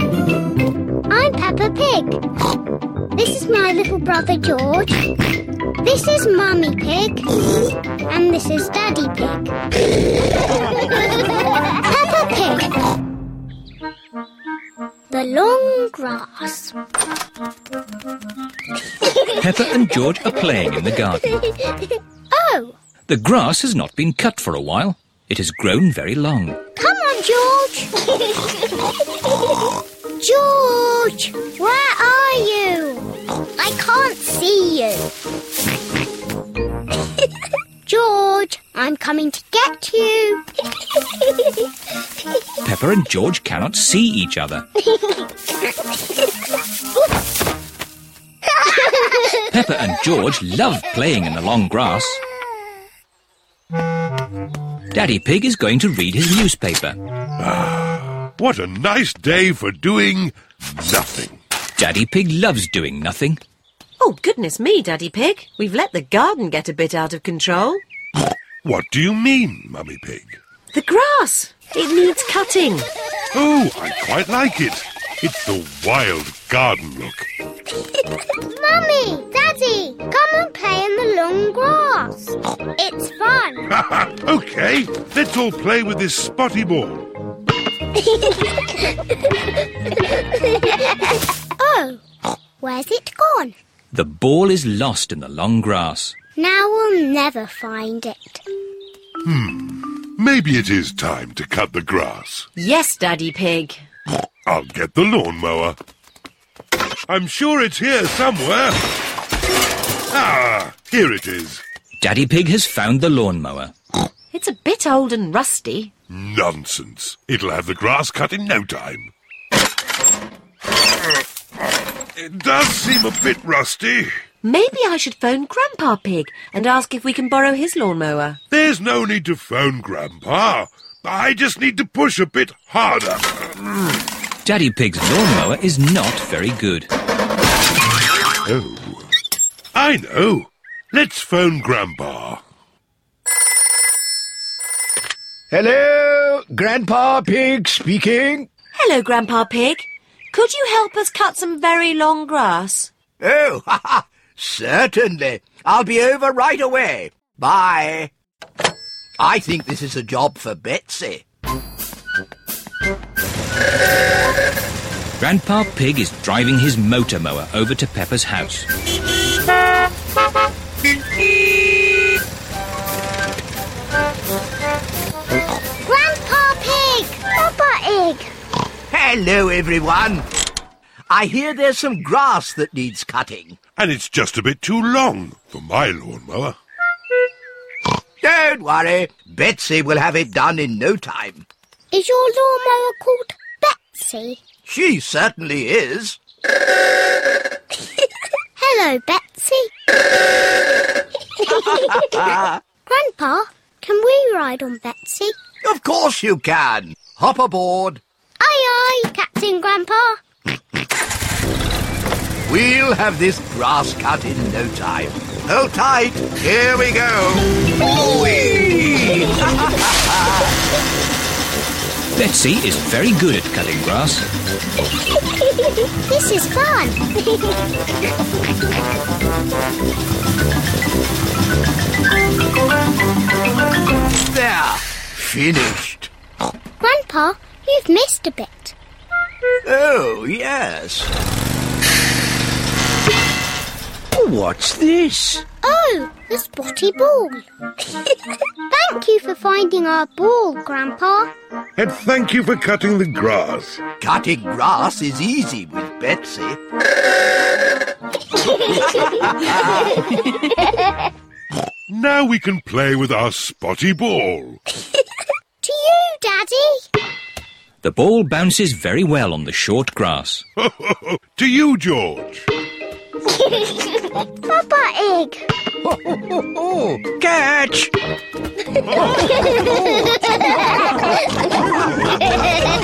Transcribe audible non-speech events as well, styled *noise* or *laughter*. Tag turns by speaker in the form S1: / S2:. S1: I'm Peppa Pig. This is my little brother George. This is Mummy Pig. And this is Daddy Pig. Peppa Pig. The long grass. *laughs*
S2: Pepper and George are playing in the garden.
S1: Oh,
S2: The grass has not been cut for a while. It has grown very long.
S1: come on, George. George, where are you? I can't see you. *laughs* George, I'm coming to get you. *laughs*
S2: Pepper and George cannot see each other. Pepper and George love playing in the long grass. Daddy Pig is going to read his newspaper.
S3: What a nice day for doing nothing.
S2: Daddy Pig loves doing nothing.
S4: Oh, goodness me, Daddy Pig. We've let the garden get a bit out of control.
S3: What do you mean, Mummy Pig?
S4: The grass! It needs cutting.
S3: Oh, I quite like it. It's the wild garden look. *laughs*
S1: Mummy, Daddy, come and play in the long grass. It's fun.
S3: okay, let's all play with this spotty ball.
S1: Oh, where's it gone?
S2: The ball is lost in the long grass.
S1: Now we'll never find it.
S3: Maybe it is time to cut the grass.
S4: Yes, Daddy Pig.
S3: I'll get the lawnmower. I'm sure it's here somewhere. Ah, here it is.
S2: Daddy Pig has found the lawnmower.
S4: It's a bit old and rusty.
S3: Nonsense. It'll have the grass cut in no time. It does seem a bit rusty.
S4: Maybe I should phone Grandpa Pig and ask if we can borrow his lawnmower.
S3: There's no need to phone Grandpa. I just need to push a bit harder.
S2: Daddy Pig's lawnmower is not very good.
S3: Oh. I know. Let's phone Grandpa.
S5: Hello, Grandpa Pig speaking.
S4: Hello, Grandpa Pig. Could you help us cut some very long grass?
S5: Oh, *laughs* ha ha! certainly. I'll be over right away. Bye. I think this is a job for Betsy.
S2: Grandpa Pig is driving his motor mower over to Pepper's house.
S1: Grandpa Pig! Papa Pig!
S5: Hello, everyone. I hear there's some grass that needs cutting.
S3: And it's just a bit too long for my lawnmower.
S5: Don't worry, Betsy will have it done in no time.
S1: Is your lawnmower called Betsy?
S5: She certainly is.
S1: Hello, Betsy. Grandpa, can we ride on Betsy?
S5: Of course you can. Hop aboard.
S1: Aye, aye, Captain Grandpa. *laughs*
S5: We'll have this grass cut in no time. Hold tight. Here we go. Whee!
S2: Betsy is very good at cutting grass.
S1: this is fun. *laughs*
S5: There. Finished.
S1: Grandpa, you've missed a bit.
S5: Oh, yes. What's this?
S1: Oh, the spotty ball. *laughs* Thank you for finding our ball, Grandpa.
S3: And thank you for cutting the grass.
S5: Cutting grass is easy with Betsy.
S3: Now we can play with our spotty ball.
S1: To you, Daddy.
S2: The ball bounces very well on the short grass.
S3: to you, George.
S1: Papa Egg.
S5: Catch!
S1: Peppa